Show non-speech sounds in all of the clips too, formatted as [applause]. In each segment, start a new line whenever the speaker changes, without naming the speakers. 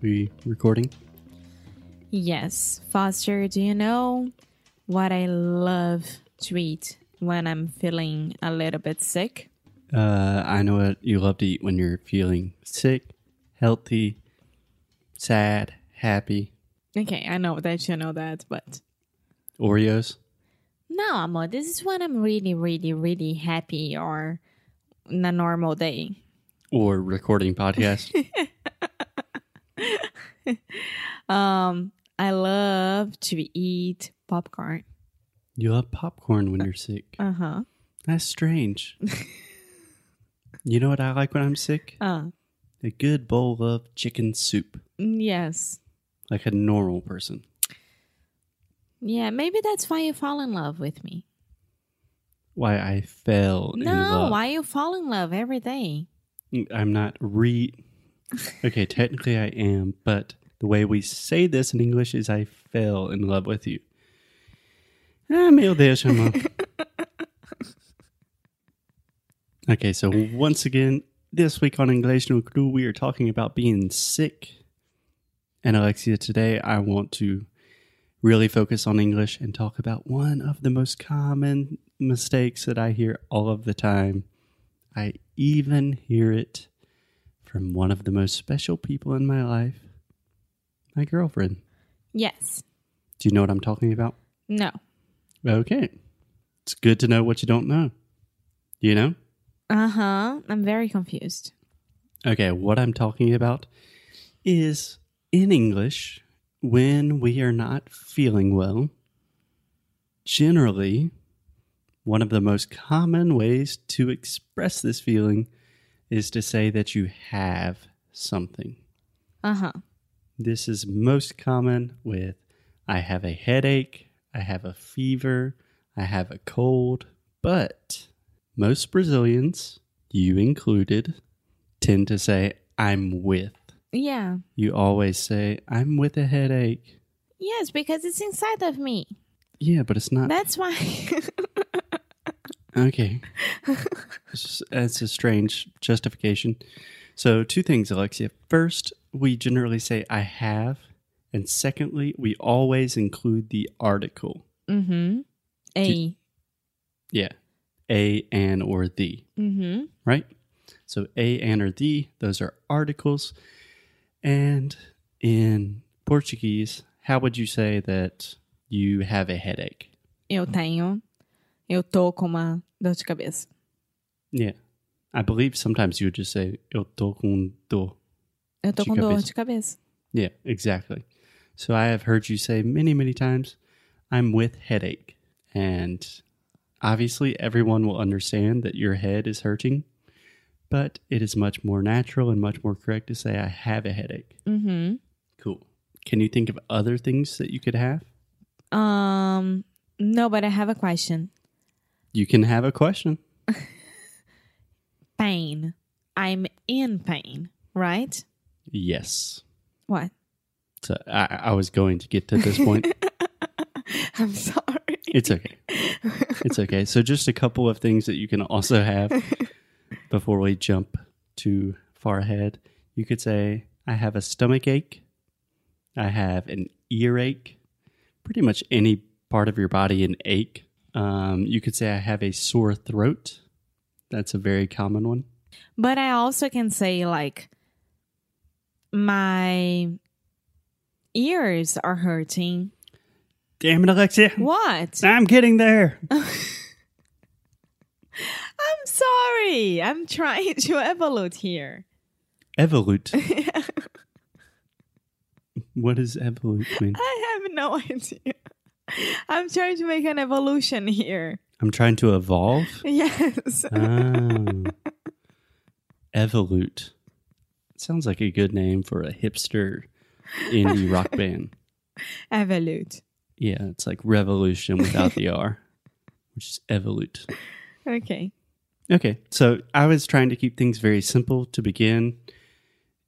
We recording?
Yes. Foster, do you know what I love to eat when I'm feeling a little bit sick?
Uh, I know what you love to eat when you're feeling sick, healthy, sad, happy.
Okay, I know that you know that, but
Oreos.
no, Amo, this is when I'm really, really, really happy or on a normal day.
Or recording podcast.
Um, I love to eat popcorn.
you love popcorn when you're sick.
Uh huh.
That's strange. you know what I like when I'm sick?
Uh,
A good bowl of chicken soup,
yes.
like a normal person.
Yeah, maybe that's why you fall in love with me.
Why I fell in
No,
love.
why you fall in love every day?
I'm not re. Okay, technically I am, but the way we say this in English is I fell in love with you. Ah, meu Deus, amor. [laughs] okay, so once again, this week on English no Cru, we are talking about being sick. And Alexia, today I want to really focus on English and talk about one of the most common mistakes that I hear all of the time. I even hear it from one of the most special people in my life, my girlfriend.
Yes.
Do you know what I'm talking about?
No.
Okay. It's good to know what you don't know. You know?
Uh huh. I'm very confused.
Okay, what I'm talking about is in English, when we are not feeling well, generally, one of the most common ways to express this feeling is to say that you have something.
Uh huh.
This is most common with I have a headache, I have a fever, I have a cold. But most Brazilians, you included, tend to say I'm with.
Yeah.
You always say I'm with a headache.
Yes, because it's inside of me.
Yeah, but it's not
That's why. [laughs]
Okay. It's- It's a strange justification. So, two things, Alexia. First, we generally say I have. And secondly, we always include the article.
mm hmm. A.
Yeah. A, an, or the,
Mm hmm.
right? So A, an, or the, those are articles. And in Portuguese, how would you say that you have a headache?
Eu tenho. Eu tô com uma dor de cabeça.
Yeah. I believe sometimes you would just say, eu tô com dor.
Eu
De
tô com dor
cabeça.
de cabeça.
Yeah, exactly. So I have heard you say many, many times, I'm with headache. And obviously, everyone will understand that your head is hurting, but it is much more natural and much more correct to say, I have a headache.
Mm
Cool. Can you think of other things that you could have?
hmm. Um. No, but I have a question.
You can have a question.
Pain. I'm in pain, right?
Yes.
What? [laughs]
So I, I was going to get to this point.
I'm sorry.
It's okay. It's okay. So, just a couple of things that you can also have before we jump too far ahead. You could say, I have a stomach ache. I have an earache. Pretty much any part of your body an ache. Um, you could say, I have a sore throat. That's a very common one.
But I also can say like my ears are hurting.
Damn it, Alexia.
What?
I'm getting there.
I'm sorry. I'm trying [laughs] to evolve here.
Evolute.
I
What does evolute mean?
have no [laughs] idea. I'm trying to make an evolution here. [laughs]
I'm trying to evolve.
Yes. [laughs]
Oh. Evolute. Sounds like a good name for a hipster indie rock band.
Evolute.
Yeah, it's like revolution without the R, which is evolute.
Okay.
Okay, so I was trying to keep things very simple to begin.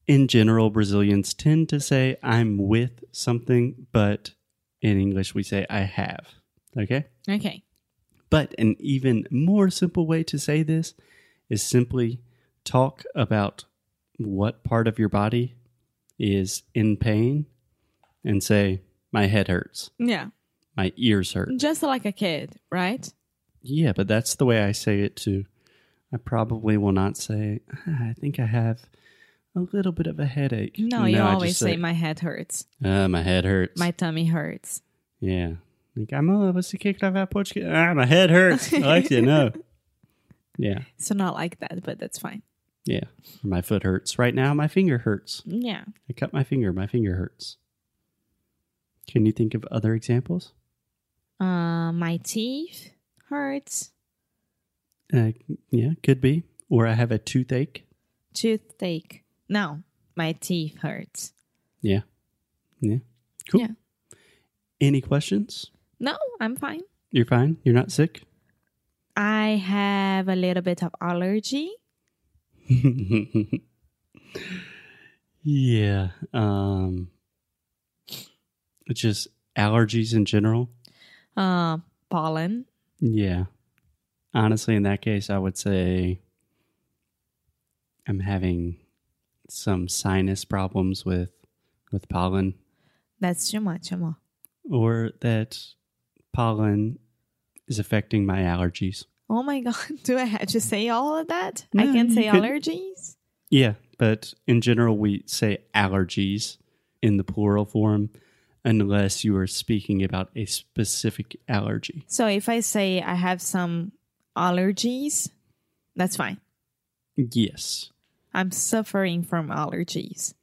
In general, Brazilians tend to say, I'm with something, but in English, we say, I have. Okay?
Okay.
But an even more simple way to say this is simply talk about what part of your body is in pain and say, my head hurts,
Yeah.
my ears hurt.
Just like a kid, right?
Yeah, but that's the way I say it too. I probably will not say, "Ah, I think I have a little bit of a headache.
No, you
I
always
just
say, my head hurts.
"Ah, my head hurts.
My tummy hurts.
yeah. Like, I'm a, what's the kick off that porch? Ah, my head hurts. I like you
[laughs]
know. Yeah.
So not like that, but that's fine.
Yeah. My foot hurts. Right now, my finger hurts.
Yeah.
I cut my finger. My finger hurts. Can you think of other examples?
Uh, my teeth hurts.
Uh, yeah, could be. Or I have a toothache.
Toothache. No, my teeth hurts.
Yeah. Yeah. Cool.
Yeah.
Any questions?
No, I'm fine.
You're fine. You're not sick. [laughs]
I have a little bit of allergy.
yeah. Um it's just allergies in general.
Uh, pollen.
Yeah. Honestly, in that case, I would say I'm having some sinus problems with with pollen
That's too much, amor.
or that pollen is affecting my allergies.
Oh my [laughs] god, do I have to say all of that? I
No,
can't
you
say
could-
allergies.
Yeah, but in general, we say allergies in the plural form unless you are speaking about a specific allergy.
So if I say I have some allergies, that's fine.
Yes.
I'm suffering from allergies.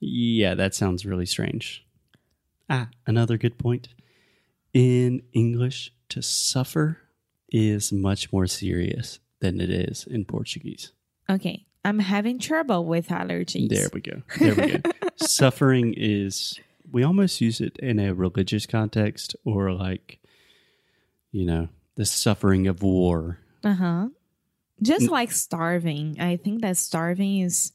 Yeah, that sounds really strange. Ah, another good point. In English, to suffer is much more serious than it is in Portuguese.
Okay, I'm having trouble with allergies.
There we go. There we go. Suffering is, we almost use it in a religious context or like, you know, the suffering of war.
Uh huh.
Mm.
Just like starving, I think that starving is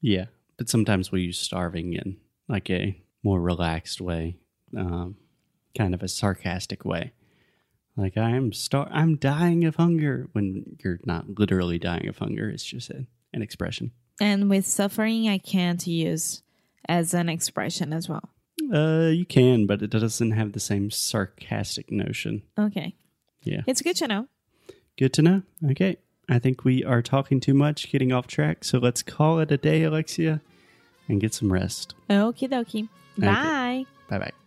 Yeah. But sometimes we use starving in like a more relaxed way, um, kind of a sarcastic way. Like I am star, I'm dying of hunger. When you're not literally dying of hunger, it's just a, an expression.
and with suffering I can't use as an expression as well.
Uh, you can, but it doesn't have the same sarcastic notion.
Okay.
Yeah.
It's good to know.
Good to know. Okay. I think we are talking too much, getting off track. So let's call it a day, Alexia, and get some rest.
Okie dokie. Bye.
Bye bye.